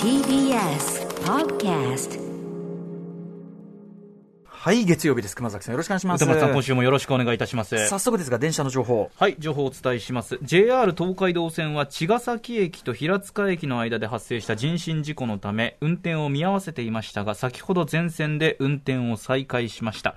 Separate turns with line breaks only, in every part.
TBS Podcast
はい、月曜日です。熊崎さん、よろしくお願いします。
歌松さん、今週もよろしくお願いいたします。
早速ですが、電車の情報。
はい、情報をお伝えします。JR 東海道線は茅ヶ崎駅と平塚駅の間で発生した人身事故のため、運転を見合わせていましたが、先ほど全線で運転を再開しました。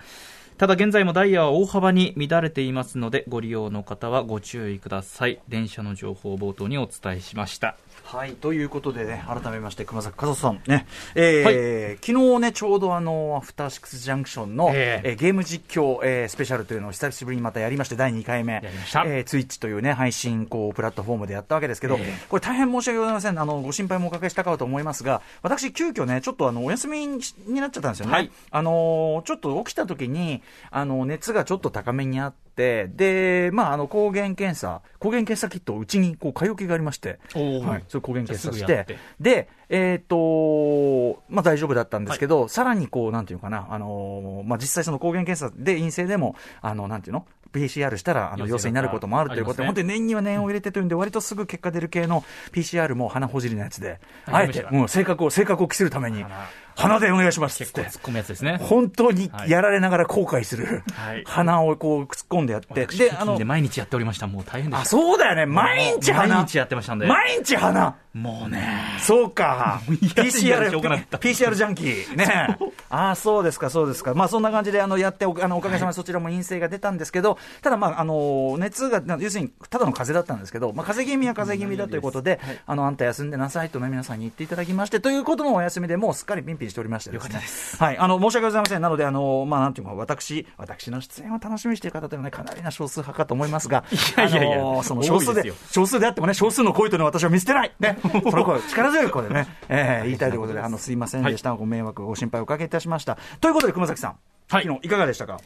ただ現在もダイヤは大幅に乱れていますので、ご利用の方はご注意ください。電車の情報を冒頭にお伝えしました。
はい、ということでね、改めまして、熊崎和人さん、ね、えー昨日ね、ちょうどあの、アフターシックスジャンクションの、
え
え
え
ーゲーム実況、えースペシャルというのを久しぶりにまたやりまして、第2回目、
りました
えー、ツイッチというね、配信こうプラットフォームでやったわけですけど、
ええ
これ大変申し訳ございません。あの、ご心配もおかけしたかと思いますが、私、急遽ね、ちょっとあの、お休みにになっちゃったんですよね。
はい
あのーちょっと起きた時に、あの、熱がちょっと高めにあって、で、まあ、あの、抗原検査、抗原検査キットをうちに、こう、買い置きがありまして、
おー
はい、それ抗原検査し
じゃあ
て、
すぐやって
で、えっ、とまあ、大丈夫だったんですけど、さらにこう、なんていうかな、あのーまあ、実際その抗原検査で陰性でも、あの、なんていうの PCR したらあの
陽性だ
陽性になることもあるということで、
あ
本
ります
当
ね
に念には念を入れてというんで、割とすぐ結果出る系の PCR も鼻ほじりのやつで、
あ
あえ
や
て
りま、した
うん、性格を、性格を着せるために
あら、
鼻でお願いしますっつ
結
っ
構突
て
っ。込むやつですね。
本当に
はい
やられながら後悔する、
はい
鼻をこう突っ込んでやって、
私北京で毎日やっておりました。もう大変で
あ、
し
そうだよね。
た。
毎日鼻。
毎日やってましたんで。
毎日鼻。
もうね。
そう か。
嫌で
PCR、
しょうがなかった
PCR ジャンキー。ねああ、そうですか、そうですか。まあ、そんな感じで、あの、やってお、あの、おかげさまでそちらも陰性が出たんですけど、ただ、まあ、あの、熱が、な要するに、ただの風邪だったんですけど、まあ、風邪気味は風邪気味だということで、あの、あんた休んでなさいとね、皆さんに言っていただきまして、ということもお休みでもうすっかりピンピンしておりましてですね。
よかっ
で
た
す。はい、あの、申し訳ございません。なので、あの、まあ、なんていうか、私、私の出演を楽しみにしている方というのはね、かなりな少数派かと思いますが、
いやいやいや
あのその少数
多いで
です
よ、
少数であってもね、少数の恋というのは私は見捨てない、 ね、この声、力強い声でね、えー言いたいということで、あのすいませんでした、ご迷惑、ご心配おかけいたしました。ということで、熊崎さん、
はい
昨日いかがでしたか、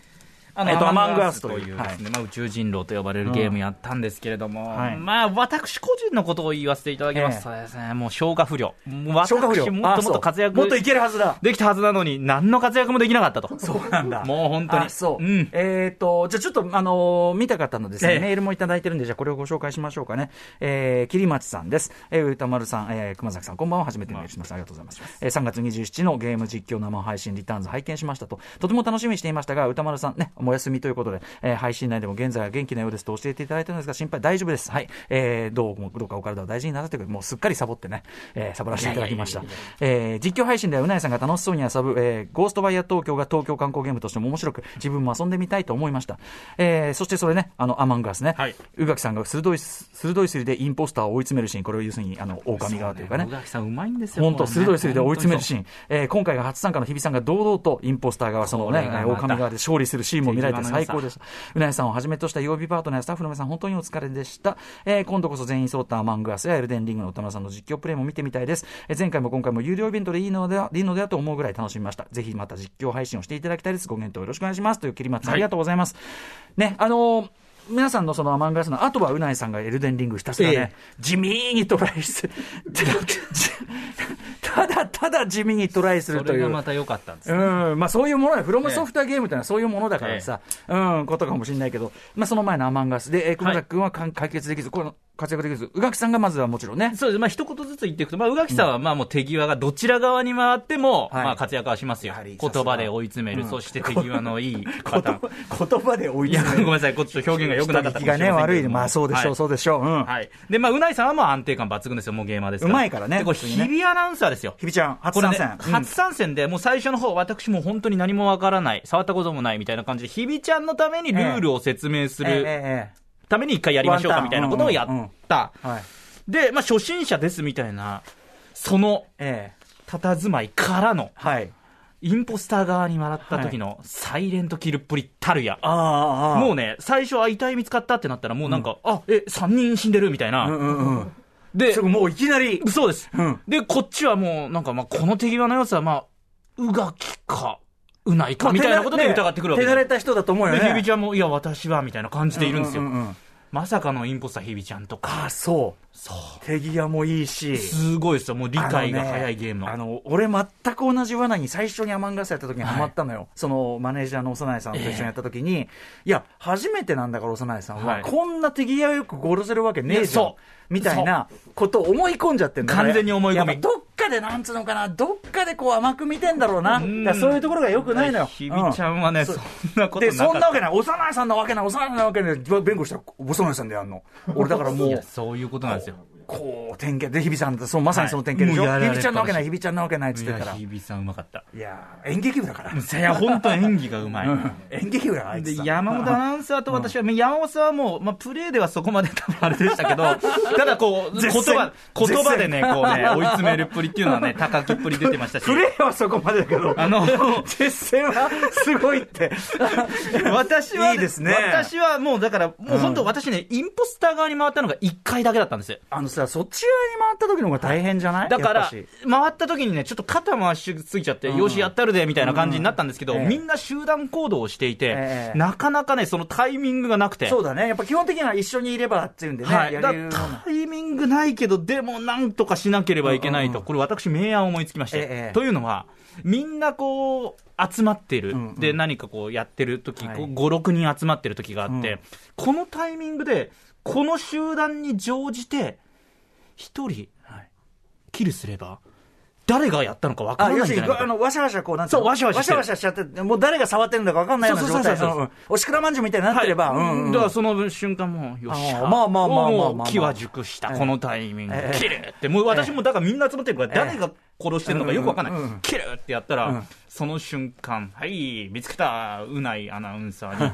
あの
えっと
ア
アマ
マン
ン
グ
グ
ア
ア
ス
ス
と
と
い
いうう
ですね、まあ、宇宙人狼と呼ばれるゲームやったんですけれども、
はい
まあ私個人のことを言わせていただきますとですね、もう消化不良、もう私
消化不良
もっ
あー
ともっ
そ
と
う
活躍
もっといけるはずだ。
できたはずなのに、何の活躍もできなかったと、
そうなんだ。
もう本当に
あそう。
うん
えっ、と、じゃあちょっと、あのー見た方のですね、
ええ
メールもいただいてるんで、じゃあこれをご紹介しましょうかね。えー、桐町さんです。えー、歌丸さん、えー、熊崎さん、こんばんは。初めてメールしました。ありがとうございます。えー、3月27日のゲーム実況生配信リターンズ拝見しましたと。とても楽しみにしていましたが、歌丸さんね、お休みということで、えー、配信内でも現在は元気なようですと教えていただいたのですが、心配大丈夫です。はい。えー、どうも、どうかお体を大事になさってくださいもうすっかりサボってね、えー、サボらせていただきました。えー実況配信ではうなえさんが楽しそうに遊ぶ、えーゴーストバイヤー東京が東京観光ゲームとしても面白く、自分も遊んでみたいと思いました。えーそしてそれね、あの、アマングアスね。
はい
宇垣さんが鋭いす、鋭いすりでインポスターを追い詰めるシーン、これを要するに、あの、狼側というかね
小。垣さん、うまいんですよ、
本当、
これね
鋭いスリで追い詰めるシー
本
ン、えー今回が初参加の日比さんが堂々とインポスター側、そのね、
これが
えー
また
狼側で勝利するシーンも見られて最高でしたう
手。
なえさんをはじめとした曜日パートナー、スタッフの皆さん、本当にお疲れでした。えー今度こそ全員揃ったアマングアスやエルデンリングの歌丸さんの実況プレイも見てみたいです。えー前回も今回も有料イベントでいいのでは、いいのではと思うぐらい楽しみました。ぜひまた実況配信をしていただきたいです。ご検討よろしくお願いします。という、桐松さん、
はい
ありがとうございます。ね、あのー皆さんのそのアマングアスの後はうないさんがエルデンリングひたすらね、
ええ
地味にトライ する。ただただ地味にトライする
当にそう
と
そ
い
れ
う。
がまた良かったんですよ、
うんまあ、そういうものだ、フロムソフトウェアゲームというのはそういうものだからさ、うん、ことかもしれないけど、まあ、その前のアマンガスで、えー熊崎君はかん解決できず、この活躍できず、宇垣さんがまずはもちろん ね、
そうですまあ一言ずつ言っていくと、まあ、宇垣さんはまあもう手際がどちら側に回っても、
はい
まあ、活躍はしますよ、
やはり
言
さすが
葉で追い詰める、
うん
そして手際のい
言
い方
葉。言葉で追い
いや、ごめ
詰め
ん
る。
なさい、こっちの表現が良くなかっ
人聞
たかもしれませんけれども
きがね、悪いね。まあ、そうでしょう、
はい
そうでしょう。うん。
はい。で、まあ、うないさんはもう安定感抜群ですよ、もうゲーマーですか
う
ら。
まいからね
でこれ、
普通
日
にね
比アナウンサーですよ。
ひびちゃん、初
これ
参
ね、
戦。うん
初参戦で、もう最初の方、私もう本当に何もわからない、触ったこともないみたいな感じで、ひびちゃんのためにルールを説明す
えええ
る
ええ
ために一回やりましょうか
ワンタン
みたいなことをやった。
えはい。
で、まあ初心者ですみたいな、その
ええ
佇まいからの、
はい。
インポスター側に回った時のサイレントキルっぷりたるや。
ああ、ああ。
もう
う、
ね、最初は遺体見つかったってなったら、もうなんか、あ、え、3人死んでるみたいな。
うんうんうん。
で
そ、こもういきなり、
そうです。
うん
で、こっちはもう、なんか、まあ、この手際の良さは、まあ、うがきか、うないか、みたいなことで疑ってくるわけ
手
です
慣れた人だと思うよ
で、
ね。
ゆびちゃんも、いや、私は、みたいな感じでいるんですよ。
うううん
まさかのインポスター日比ちゃんとか
あそう
そ
手際もいいし
うすごいですよもう理解が
あのね
早いゲームの
あの俺全く同じ罠に最初にアマンガスやった時にハマったのよ、そのマネージャーの長内さんと一緒にやった時に、いや初めてなんだから長内さんは、
はい
こんな手際よくゴールするわけねえじゃ
いや
ん
そ
みたいなことを思い込んじゃってんだから
完全に思い込み
やっぱどっかでなんつうのかなどっかでこう甘く見てんだろうな
うん
だからそういうところがよくないのよ
日比ちゃ
うん
はね、
そ
そ
うん
なこと
で
なか
そ
っ
ん
た
なわけない長内さんなわけない幼内さんなわけない弁護したら幼内さんでやんの俺だからも
いうやそういうことなんですよ
こう典型で日比さんだそうまさにその典型でしょ、
はいもうやら
日
れ
比
っぱなし
ちゃんなわけない日比ちゃんなわけないっつっ
い
てた
や
から
日比さんうまかった
いやー演劇部だから、
いや本当演技がうまい、
演劇部だからあい
で
つさ
山本アナウンサーと私は、山本さんはもう、まあ、プレーではそこまで多分あれでしたけ ど、ただこう、言
絶戦
葉、言葉でね、こうね、追い詰めるっぷりっていうのは ね、高木っぷり出てましたし、
プレーはそこまでだけど
あの、
実戦はすごいって
私は、
いいですね
私はもうだから、もう本当私ね、インポスター側に回ったのが1回だけだったんですよ。
あのさそっち側に回った時の方が大変じゃない
だか
やっぱ
ら
し、
回った時にね、ちょっと肩回しすぎちゃって、よし、やったるで、みたいな感じになったんですけど、
うん
みんな集団行動をしていて、
ええ
なかなかね、そのタイミングがなくて。
そうだねやっぱ基本的には一緒にいればっていうんでね、
はい、
や
だ
れるような
タイミングないけど、でもなんとかしなければいけないと、
うんうんうん
これ、私、明暗思いつきまして、
ええ
というのは、みんなこう、集まってる、
んうん
で、何かこうやってる時、
はい
こう5、6人集まってる時があって、
うん
このタイミングで、この集団に乗じて、1人
はい、
キルすれば、誰がやったのか分か
あ
らな
要
いん
す
じ
る
ゃな
に
いか
あのわしゃわしゃこうなんてい
そう
の
わしゃわしゃ
わ
し
してゃ
る
わしゃしちゃってもう誰が触ってるのか分かんないような
そうそ
状
うそう
態
そう
のうんおしくらまんじゅうみたいになってれば、うんうん
だからその瞬間もうよっしゃ
ああまあまあまあまあまあ
もう気は熟した
ええ
このタイミング
ええ
切るってもう私もだからみんな集まってるから
ええ
誰が殺してるのかよくわかんな
うんうんうん
い切るってやった
う
ら
ん
その瞬間はい見つけたうないアナウンサ ーに
は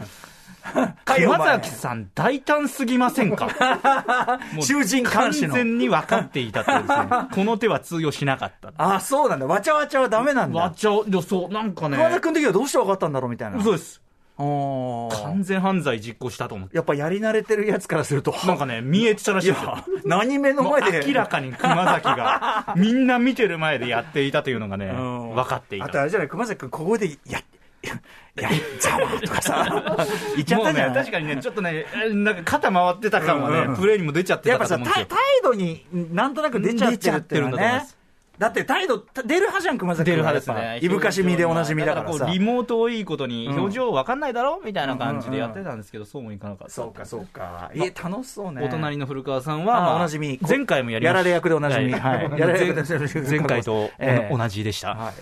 いお
熊
前
崎さん大胆すぎませんかもう
囚人監
完
視の
全に分かっていたという ですねこの手は通用しなかった
あそうなんだわちゃわちゃはダメなん
わ
だ
ちゃいやそうなんかね
熊田君的にはどうして分かったんだろうみたいな
そうです
おー
完全犯罪実行したと思って
やっぱやり慣れてるやつからすると、
なんかね見えてたらしい
い
ですよ
や、何目の
もう
前で。
明らかに熊 崎がみんな見てる前でやっていたというのがね、
うん
分かってい
あとあ
た。
れじゃない、熊崎君、ここで、いや、いや、いやざわとか さ、言っちゃっ
も
た
う
んじ
ね
ゃ、ない、
確かにね、ちょっとね、えなんか肩回ってた感はね、
うんうん
プレーにも出ちゃって
や
た
っぱ
かと
さ、
思うんで
た
す
態
よ。
度になんとなく出ちゃってるっていうの
出ちゃってるんだと思い
は
ま
ね
す。
だって態度、出る派じゃん、熊崎
出る
君は。
派ですね。
いぶかしみでおなじみだから
だ
さ
こうリ。モート多いことに表情分かんないだろみたいな感じでやってたんですけど、そうもいかなかった。
そうか、そうか。いえ、楽しそうね。
お隣の古川さんは、
あー
まあ
おなじみ
前回もやりました。
やられ役でおなじみ
はい
はいやられ役でおなじみ
前前回と
ええ
同じでした。
はい。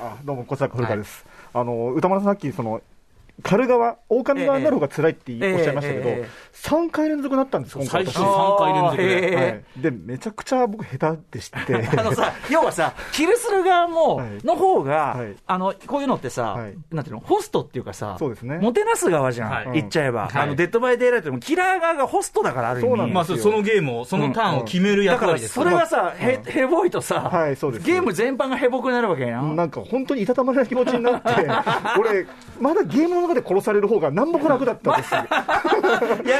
あどうも、小坂古川です。あの歌丸さん、さっきその狩る側、狼側になる方が辛いってお
ええ
っしゃいましたけど、
ええええ
三3回連続なったんです、今回、
最
私
初三回連続で
あーへ
は
え
い、でめちゃくちゃ僕、下手でして、
あのさ、要はさ、キルする側も
はい、
の方が
はい、
あの、こういうのってさ
はい、
なんていうの、ホストっていうかさ、
そうですね
もてなす側じ
はい
ゃん、言っちゃえば。
はい
あの、デッドバイデイライトもキラー側がホストだから、ある意
そう
味
なんです。
まあ、そうそのゲームを、そのターンを決める
だ
役
から、
割です
そ
から
れがさ、へ、へぼいとさ、
はいそうです
ゲーム全般がへぼくなるわけやん。
なんか本当にいたたまれない気持ちになって、 俺、まだゲームの中で殺される方がなんぼか楽だったんで すよ。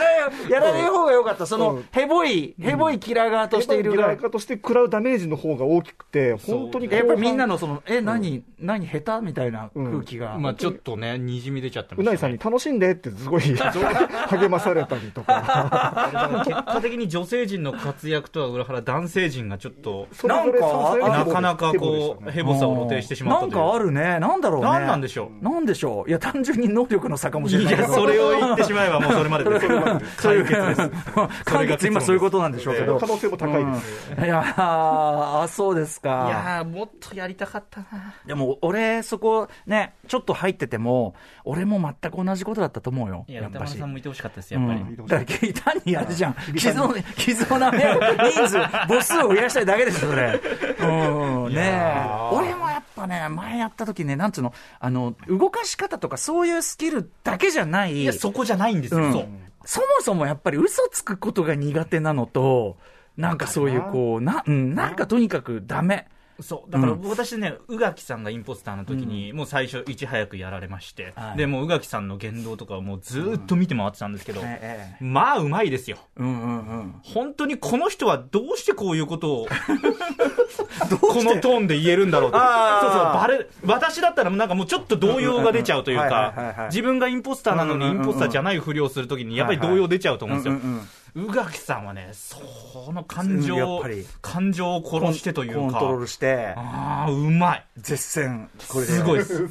やられ、やられる方が良かった。そうの
ん、
へぼい、へぼいキラー側としている
ゲーム
側
のキラーとして食らうダメージの方が大きくて、本当に後
やっ
半
ぱりみんなのその、え、何、何、下手みたいな空気が。
まあ、ちょっとね、にじみ出ちゃってま
う
した、ね。
ないさんに楽しんでってすごい 励まされたりとか、
結果的に女性陣の活躍とは裏腹、男性陣がちょっと、
それぞれそれぞれ
な
規模で
かなかこ
規模でし
う、
たね
ヘボさを露呈してしまった
な
とい
ん
う。
かあるね。なんだろうね。
なんなんでしょ
なんでしょういや、単純に能力の差かも
う。
しれ
い
ないけど。
や、それを言ってしまえばもうそれまでですよ。
そういう
解決です。
完結今そういうことなんでしょうけど
可。能性も高いです。
いやーあ、そうです
い
か。
やー、もっとやりたかったな。
でも、俺、そこ、ね、ちょっと入ってても、俺も全く同じことだったと思うよ。
いや、
やっ
歌
ぱ
丸
し
さ。んもいてほしかったです、やっぱり。
うんだから、単にあれじゃん。傷を、傷をなめる人数、母数を増やしたいだけですよ、それ。うん、ねえ俺もやっぱね、前やった時ね、なんつうの、あの、動かし方とかそういうスキルだけじゃない。
いや、そこじゃないんです
う
よ、
ん
そう。
そもそもやっぱり嘘つくことが苦手なのと、なんかそういうこう、な、うん、なんかとにかくダメ。
そうだから
うん
私ね宇垣さんがインポスターの時に、もう最初いち早くやられまして、
はい
でもう宇垣さんの言動とかをもうずーっと見て回ってたんですけど、
ええ
まあうまいですよ
うんうんうん。
本当にこの人はどうしてこういうこと をこのトーンで言えるんだろうと
あー
そうそうバレ私だったらなんかもうちょっと動揺が出ちゃうという
うんうんうんはいはいはいは
か
い
自分がインポスターなのに
う
イ
んうんうんうん
ンポスターじゃないふりをするときにやっぱり動揺出ちゃうと思うんですよ、
はいはいうんうん
宇垣さんはねその感情
やっ
を
ぱり
感情を殺してというか
コントロールして、
ああうまい
絶戦、これです
ごいです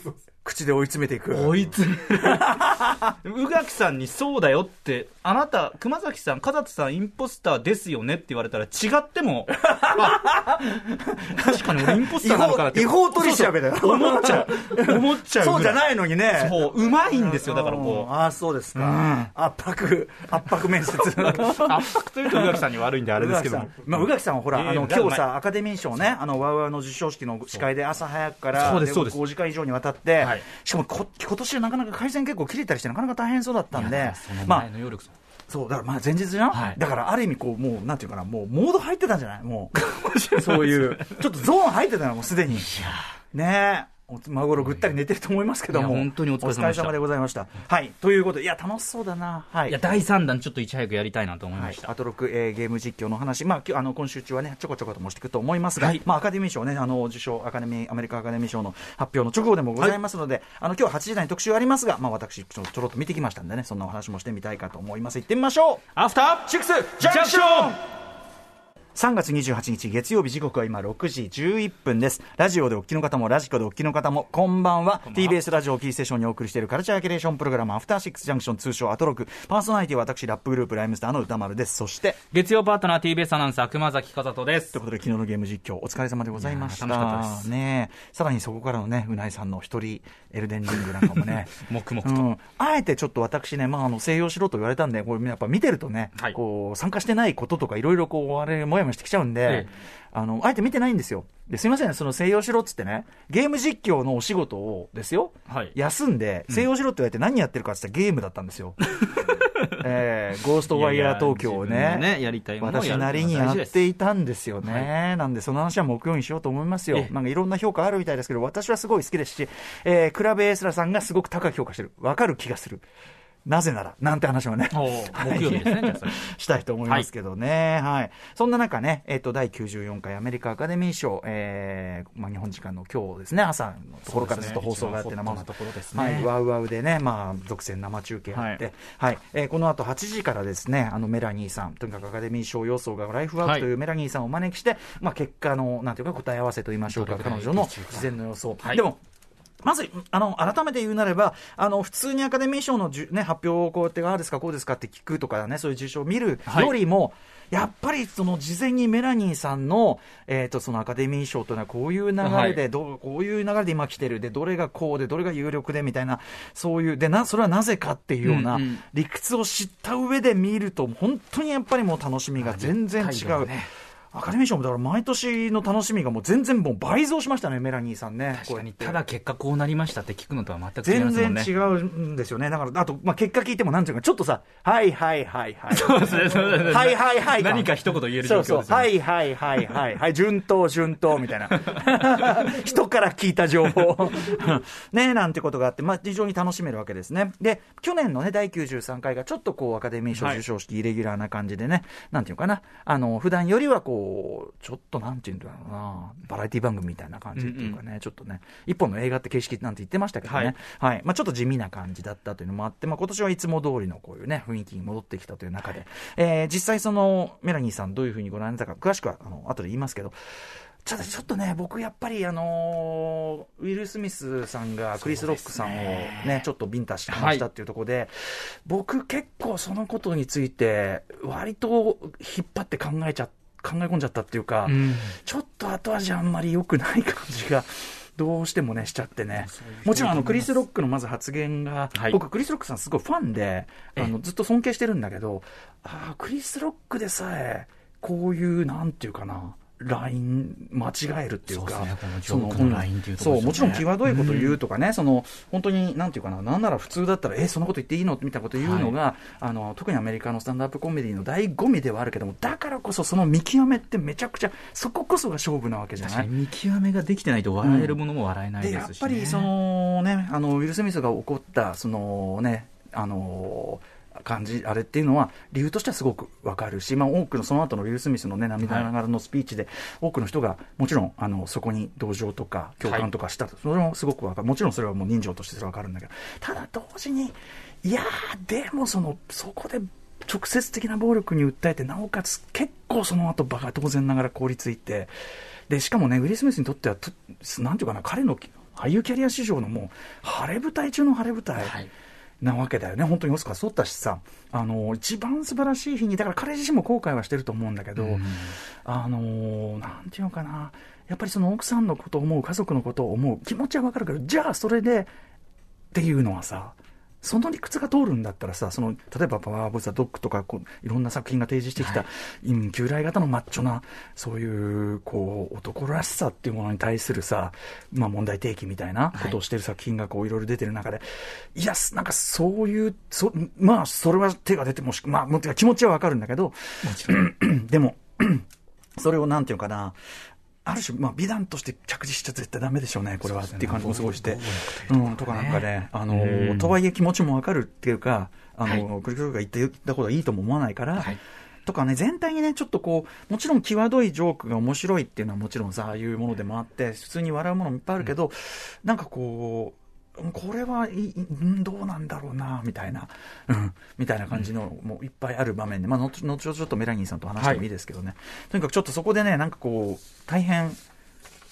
口で追い詰めていく。
追い詰め られる宇垣さんにそうだよってあなた熊崎さん風津さんインポスターですよねって言われたら違って もあ確かに俺インポスターなのかなって
違法違法取り調べだよ
そうそう思っちゃう思っちゃう
そうじゃないいのにね。
そううまいんですよだからこ
うん
う
ああ、そうですか。圧迫、圧迫面接。
圧迫というと宇垣さんに悪いんで あれですけど
宇
も
垣さんまあ、宇垣さんはほ
いや
ら、
い
あ
や
の、
だから
今日さ、アカデミー賞ね、あの、ワウワウの授賞式の司会で朝早くから、
そうですそうです
5時間以上にわたって
はい、
しかもこ、今年なかなか回線結構切れたりして、なかなか大変そうだったん
い
で
やその、
まあ
前、の余力さん
そう、だからまあ前日じゃん、
はい
だからある意味こう、もう、なんていうかな、もう、モー ド入ってたんじゃないもう、そういう、ちょっとゾーン入ってたの、もうすでに。ねえ。お孫頃ぐったり寝てると思いますけども。
いや本当にお疲れ様でした
お疲れ様でございました。はい。ということで、いや、楽しそうだな。はい。
いや第3弾ちょっといち早くやりたいなと思い
は
ま
い
し、た、
アトロック、えーゲーム実況の話、まあ、きょあの今週中は、ね、ちょこちょこともしていくと思いますが、
はい
まあ、アカデミー賞ね、あの受賞アカデミー、アメリカアカデミー賞の発表の直後でもございますので、あの今日8時台に特集ありますが、まあ、私ちょ、ちょろっと見てきましたんでね、そんなお話もしてみたいかと思います。行ってみましょう
アフターシックスジャンクション
3月28日月曜日時刻は今6時11分ですラジオでお聞きの方もラジコでお聞きの方もこんばんは TBS ラジオをキーステーションにお送りしているカルチャーキュレーションプログラムアフターシックスジャンクション通称アトロクパーソナリティは私ラップグループライムスターの歌丸ですそして
月曜パートナー TBS アナウンサー熊崎和人です
ということで昨日のゲーム実況お疲れ様でございました
いやー楽しかったです
ねえさらにそこからのねうないさんの一人エルデンリングなんかも ね
黙々
う
と
ん、あえてちょっと私ね、まあ、あの、静養しろと言われたんで、これやっぱ見てるとね、
はい
こう、参加してないこととかいろいろこう、あれ、もやもやしてきちゃうんで
ええ、
あの、あえて見てないんですよ。ですいません、その静養しろっつってね、ゲーム実況のお仕事をですよ、
はい
休んで、静養しろって言われて何やってるかって言ったらゲームだったんです よ。ええゴーストワイヤー東京を
いやい
ね
や自分のねやりたいものを
私
やる
なりにやっていたんですよね、なんでその話は木曜にしようと思いますよ
え、え
なんかいろんな評価あるみたいですけど、私はすごい好きですし、えー、クラブエースラさんがすごく高く評価してる、わかる気がする、なぜならなんて話をね、
おー木曜日ですねじゃ あそれ
したいと思いますけどね、はいそんな中ね、えっと第94回アメリカアカデミー賞、えーまあ、日本時間の今日ですね、朝のところからずっと放送があって、
そうですね
生放
一番ホットなところですね
はい、ワウワウでね、まあ、独占生中継あって、
は
はいえーこの後8時からですね、あのメラニーさん、とにかくアカデミー賞予想がライフワークとい
は
うメラニーさんをお招きして、まあ、結果の、なんていうか、答え合わせといいましょうか、
どれぐら
彼
い
女の
でし
事
ょうか
前の予想。
はい
でもまずあの改めて言うなれば、あの普通にアカデミー賞のじゅ、ね、発表をこうやって、ああですか、こうですかって聞くとかね、そういう受賞を見る
はい
よりも、やっぱりその事前にメラニーさんの,、えー、とそのアカデミー賞というのは、こういう流れで、
はい
どうこういう流れで今来てるで、どれがこうで、どれが有力でみたいな、そういうでな、それはなぜかっていうような
うんうん
理屈を知った上で見ると、本当にやっぱりもう楽しみが全然違
立体が
う。
ね
アカデミー賞もだから毎年の楽しみがもう全然もう倍増しましたね、メラニーさんね。
確か
こうや
に
って
ただ結果こうなりましたって聞くのとは全く違いま
全
すもん
然
ね
違うんですよね。だから、あと、まあ、結果聞いても、なんていうか、ちょっとさ、はいはいはいはい。はいはいはい。
何か一言言える状
そう
況です
そ
よね
う。はいはいはいはい。はい、順当順当みたいな。 人から聞いた情報。 ね、なんてことがあって、まあ、非常に楽しめるわけですね。で、去年のね、第93回がちょっとこう、アカデミー賞
はい
授賞式イレギュラーな感じでね、なんていうかな、あの、普段よりはこう、ちょっとなんていうんだろうな、バラエティ番組みたいな感じっていうかね、ちょっとね、一本の映画って形式なんて言ってましたけどね。
はい
はい。まあ、ちょっと地味な感じだったというのもあって、まあ、今年はいつも通りのこういうね、雰囲気に戻ってきたという中で、えー実際その、メラニーさんどういうふうにご覧になったか、詳しくは、あの、後で言いますけど、ただちょっとね、僕やっぱりあのーウィル・スミスさんがクリス・ロックさんをね、ちょっとビンタして話したっていうところで、僕結構そのことについて、割と引っ張って考えちゃ、考え込んじゃったっていうか、
うん
ちょっと後味あんまり良くない感じが。どうしてもね、しちゃってね
そういう。人
もちろん、あの、クリス・ロックのまず発言が、
はい
僕、クリス・ロックさんすごいファンで、
ええ
あの、ずっと尊敬してるんだけど、ああ、クリス・ロックでさえ、こういう、なんていうかな、ライン間違えるっていう
そう
か
ですねこの、
その
上下のラインっていうところ
そう、も
で
ち
す
ろん
よね
際どいこと言うとかね、その、本当に、なんていうかな、なんなら普通だったら、え、そんなこと言っていいのみたいなこと言うのが、あの、特にアメリカのスタンダップコメディの醍醐味ではあるけども、だからこそその見極めってめちゃくちゃ、そここそが勝負なわけじゃな
確
い
かに。見極めができてないと笑えるものも笑えない
で
で
やっ
すし、
ぱ
ね
りそのねあのウィル・スミスが起こったそのねあの感じあれっていうのは理由としてはすごくわかるし、まあ、多くのその後のウィル・スミスの、ね、涙ながらのスピーチで、多くの人がもちろんあのそこに同情とか共感とかしたと、それもすごくわかるもちろんそれはもう人情としてそれはわかるんだけどただ同時にいやーでもそのそこで直接的な暴力に訴えてなおかつ結構その後バカ当然ながら凍りついてでしかもねウィリー・スミスにとってはとなんていうかな彼の俳優キャリア史上のもう晴れ舞台中の晴れ舞台。
はい
なわけだよね本当にオスカー取ったしさあの一番素晴らしい日にだから彼自身も後悔はしてると思うんだけど、
うん
あのなんていうのかなやっぱりその奥さんのことを思う家族のことを思う気持ちはわかるけどじゃあそれでっていうのはさその理屈が通るんだったらさその例えば「パワー・オブ・ザ・ドッグ」とかこういろんな作品が提示してきた、うん旧来型のマッチョなそういうこう男らしさっていうものに対するさ、まあ、問題提起みたいなことをしてる作品がこういろいろ出てる中で、い、やなんかそういうそまあそれは手が出てもしまあもうてか気持ちはわかるんだけど でもそれをなんていうのかなある種、まあ、美談として着地しちゃ絶対ダメでしょうね、これはっていう感じもすごいして。うん、とかなんかね、あの、とはいえ気持ちもわかるっていうか、あの、クリが言って言ったことはいいとも思わないから、とかね、全体にね、ちょっとこう、もちろん際どいジョークが面白いっていうのはもちろんさ、ああいうものでもあって、普通に笑うものもいっぱいあるけど、なんかこう、これはいいうんどうなんだろうなみたいな、うん、みたいな感じのもういっぱいある場面で、まあ、後後ほどちょっとメラニーさんと話してもいいですけどね、とにかくちょっとそこでね、なんかこう、大変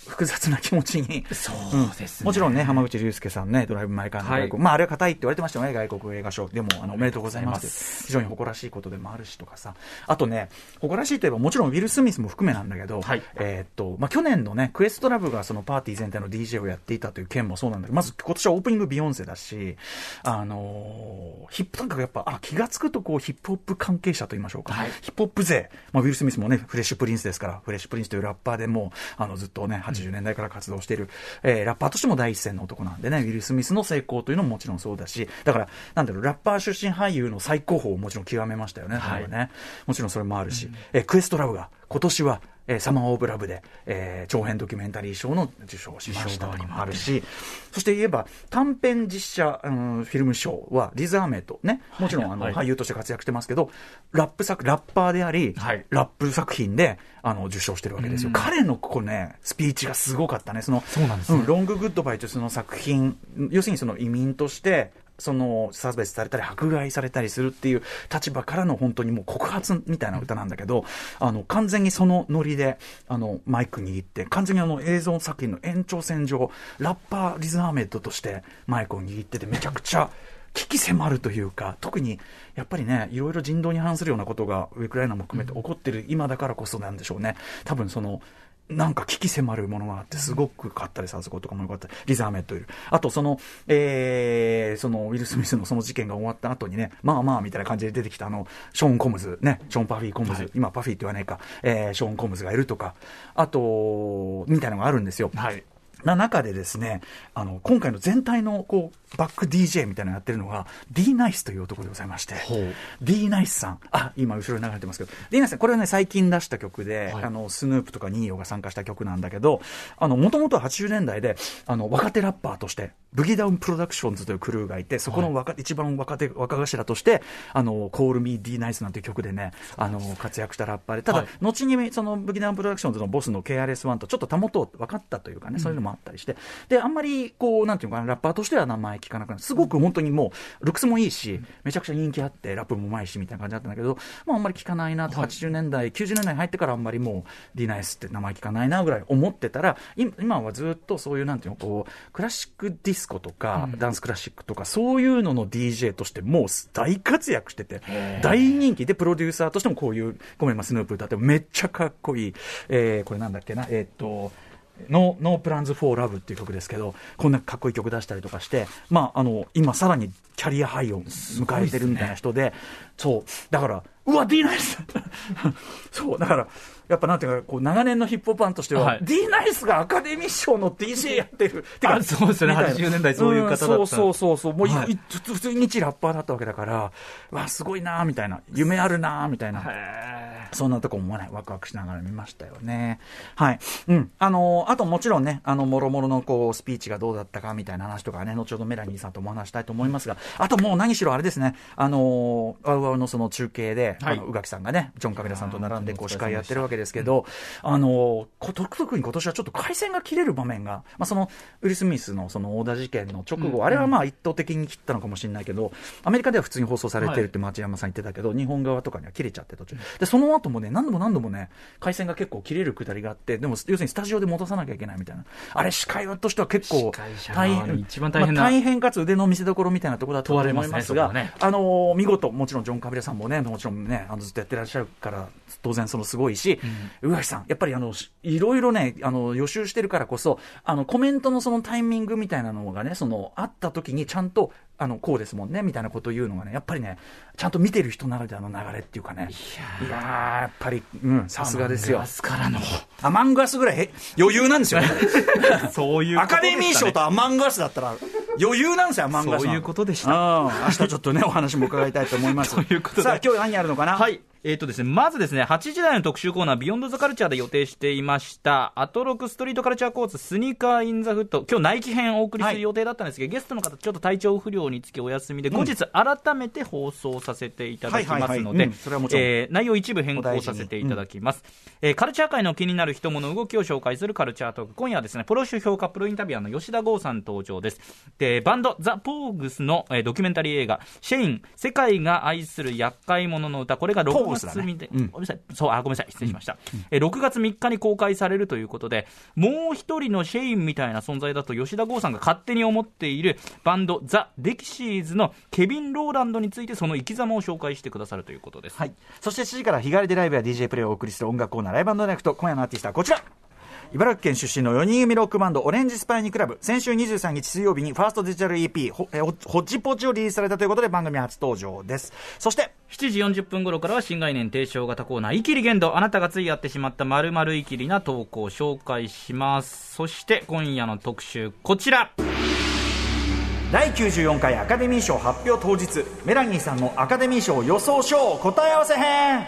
複雑な気持ちに。
そうですね、
もちろんね、浜口竜介さんね、ドライブ・マイ・カーの外国、
は
まあ、あれは硬いって言われてましたよね、外国映画賞、でもあのおめでとうございます非常に誇らしいことでもあるしとかさ、あとね、誇らしいといえば、もちろんウィル・スミスも含めなんだけど、
はい
えーっとまあ、去年のね、クエストラブがそのパーティー全体の DJ をやっていたという件もそうなんだけど、まず今年はオープニングビヨンセだし、あのーヒップなんかがやっぱ、あ気がつくとこうヒップホップ関係者と言いましょうか、ヒップホップ勢、まあ、ウィル・スミスもね、フレッシュプリンスですから、フレッシュプリンスというラッパーでもうあのずっとね、80年代から活動している、えーラッパーとしても第一線の男なんでね、ウィル・スミスの成功というのももちろんそうだし、だから、なんだろう、ラッパー出身俳優の最高峰をもちろん極めましたよね、
はい
これはね。もちろんそれもあるし、えークエストラブが今年は、えーサマー・オブ・ラブで、えー長編ドキュメンタリー賞の受賞をしましたとかもあるし、そして言えば短編実写、うんフィルム賞はリザーメイト、ね、もちろんあの、
はい
俳優として活躍してますけど、ラップ作、ラッパーであり、
はい
ラップ作品であの受賞してるわけですよ。彼のここね、スピーチがすごかったね。その
そうなんですね
ロンググッドバイというその作品、要するにその移民として、その差別されたり迫害されたりするっていう立場からの本当にもう告発みたいな歌なんだけど、あの完全にそのノリであのマイク握って完全にあの映像作品の延長線上ラッパーリズ・アーメッドとしてマイクを握っててめちゃくちゃ危機迫るというか特にやっぱりねいろいろ人道に反するようなことがウクライナも含めて起こってる今だからこそなんでしょうね多分そのなんか危機迫るものがあって、すごく買ったりさ、あそことかもよかったり、リザーメットいる。あと、その、えー、その、ウィル・スミスのその事件が終わった後にね、まあまあ、みたいな感じで出てきた、あの、ショーン・コムズ、ね、ショーン・パフィー・コムズ、今、パフィーって言わないか、えー、ショーン・コムズがいるとか、あと、みたいなのがあるんですよ。
はい
な中でですね、あの、今回の全体の、こう、バック DJ みたいなのやってるのが、D ナイスという男でございまして
ほう、
D ナイスさん、あ、今後ろに流れてますけど、D ナイスさん、これはね、最近出した曲で、
はい
あの、スヌープとかニーヨが参加した曲なんだけど、あの、もともとは80年代で、あの、若手ラッパーとして、ブギダウンプロダクションズというクルーがいて、そこの若、一番若手、若頭として、あの、コールミー D ナイスなんていう曲でね、あの、活躍したラッパーで、ただ、
はい
後にそのブギダンプロダクションズのボスの KRS1 とちょっとたもと分かったというかね、そういうのもあったりして、であんまりこう、なんていうのかな、ラッパーとしては名前聞かなくなって、すごく本当にもう、ルックスもいいし、めちゃくちゃ人気あって、ラップもうまいしみたいな感じだったんだけど、まあ、あんまり聞かないなって、80年代、90年代に入ってから、あんまりもう、ディナイスって名前聞かないなぐらい思ってたら、今今はずっとそういう、なんていうの、こう、クラシックディスコとか、ダンスクラシックとか、そういうのの DJ として、もう大活躍してて、大人気で、プロデューサーとしてもこういう、ごめん、まあスヌープ歌ってもめっちゃかっこいい、えーこれなんだっけな、えーっと、No, no Plans for Love っていう曲ですけど、こんなかっこいい曲出したりとかして、まあ、あの、今さらにキャリアハイを迎えてるみたいな人で、そう、だから、うわ、D ナイスそう、だから、やっぱなんていうか、こう長年のヒップホップファンとしては、
はい
D ナイスがアカデミー賞の DJ やってる、て
あそうですね
みたいな
80年代そういう方だった
んそうそうそうそう、もうい、
はい
い普通普通に一ラッパーだったわけだから、わあ、すごいなーみたいな、夢あるなーみたいな、そんなとこもね、ワクワクしながら見ましたよね。はい。うん。あのーあともちろんね、あの、もろもろのこう、スピーチがどうだったかみたいな話とかね、後ほどメラニーさんともお話したいと思いますが、あともう何しろあれですね、あのー、ワウワウのその中継で、
はい
あの宇垣さんがね、ジョン・カメラさんと並んでこう、
あー
司会やってるわけですけど、あのー、こ特に今年はちょっと回線が切れる場面が、まあ、その、ウィル・スミスのその、オーダー事件の直後、あれはまあ、一方的に切ったのかもしれないけど、アメリカでは普通に放送されてるって町山さん言ってたけど、日本側とかには切れちゃって途中でその後もね何度も何度もね回線が結構切れるくだりがあってでも要するにスタジオで戻さなきゃいけないみたいなあれ司会としては結構
司会者が
大変
一番大変な
まあ大変かつ腕の見せ所みたいなところだと思います
問わ
が
れますね
あのー見事もちろんジョン・カビラさんもねもちろんねあのずっとやってらっしゃるから当然そのすごいし、宇垣さんやっぱりあのしいろいろねあの予習してるからこそあのコメントのそのタイミングみたいなのがねそのあった時にちゃんとあのこうですもんねみたいなことを言うのがねやっぱりねちゃんと見てる人ならではの流れっていうかねいやーやっぱりうんさすがですよ
明日からの
アマンガスぐらいへ余裕なんですよね
そういうこ
ア
と
カ
でしたね
デミー賞とアマンガスだったら余裕なんですよアマンガスなんて
そういうことでした
うん明日ちょっとねお話も伺いたいと思います
ということで
さあ今日何やるのかな
はい。えーとですね、まずですね、8時台の特集コーナー、ビヨンドザカルチャーで予定していました、アトロクストリートカルチャーコース、スニーカーインザフット、今日ナイキ編をお送りする予定だったんですけど、ゲストの方、ちょっと体調不良につきお休みで、後日改めて放送させていただきますの
はいはいはい
で
うんそれはもちろん、
えー内容一部変更させていただきます、えーカルチャー界の気になる人物の動きを紹介するカルチャートーク、今夜はですね、プロ主評価プロインタビュアーの吉田剛さん登場です。で、バンド、ザ・ポーグスの、えードキュメンタリー映画、シェイン、世界が愛する厄介者の歌、これが
ポー
6
グスだ
月
ね
みで、ごめんなさい、そう、あ、ごめんなさい、失礼しました。えー6月3日に公開されるということで、もう一人のシェインみたいな存在だと吉田剛さんが勝手に思っているバンド、ザ・デキシーズのケビン・ローランドについて、その生き様を紹介してくださるということです。
はい、そして7時から日帰りでライブや DJ プレイをお送りする音楽コーナーライブダイレクト今夜のアーティストはこちら茨城県出身の4人組ロックバンドオレンジスパイニークラブ先週23日水曜日にファーストデジタル EP ほえほほっちぽっちをリリースされたということで番組初登場ですそして
7時40分頃からは新概念提唱型コーナー、イキリ限度、あなたがついやってしまった〇〇イキリな投稿を紹介します。そして今夜の特集、こちら
第94回アカデミー賞発表当日メラニーさんのアカデミー賞予想賞答え合わせ編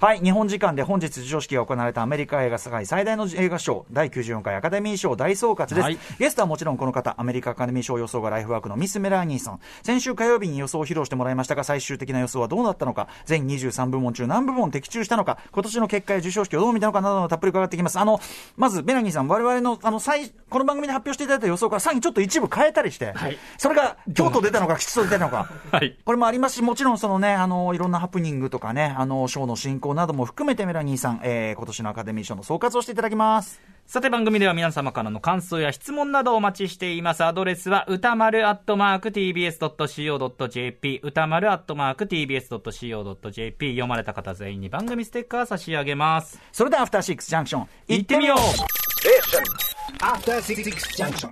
はい日本時間で本日授賞式が行われたアメリカ映画世界最大の映画賞第94回アカデミー賞大総括です、
はい
ゲストはもちろんこの方アメリカアカデミー賞予想がライフワークのミス・メラニーさん先週火曜日に予想を披露してもらいましたが最終的な予想はどうなったのか全23部門中何部門的中したのか今年の結果や授賞式をどう見たのかなどのたっぷり伺っていきますあのまずメラニーさん我々のあの最この番組で発表していただいた予想からさらにちょっと一部変えたりして、
はい
それが京都出たのか、吉と出たのか、
はい
これもありますし、もちろんその、ね、あのいろんなハプニングとかね、あのショーの進行なども含めて、メラニーさん、えー、今年のアカデミー賞の総括をしていただきます。
さて番組では皆様からの感想や質問などをお待ちしています。アドレスは歌丸アットマーク tbs.co.jp 歌丸アットマーク tbs.co.jp 読まれた方全員に番組ステッカー差し上げます。
それでは、アフターシックスジャンクション、
行ってみよう
う !After Six Junction!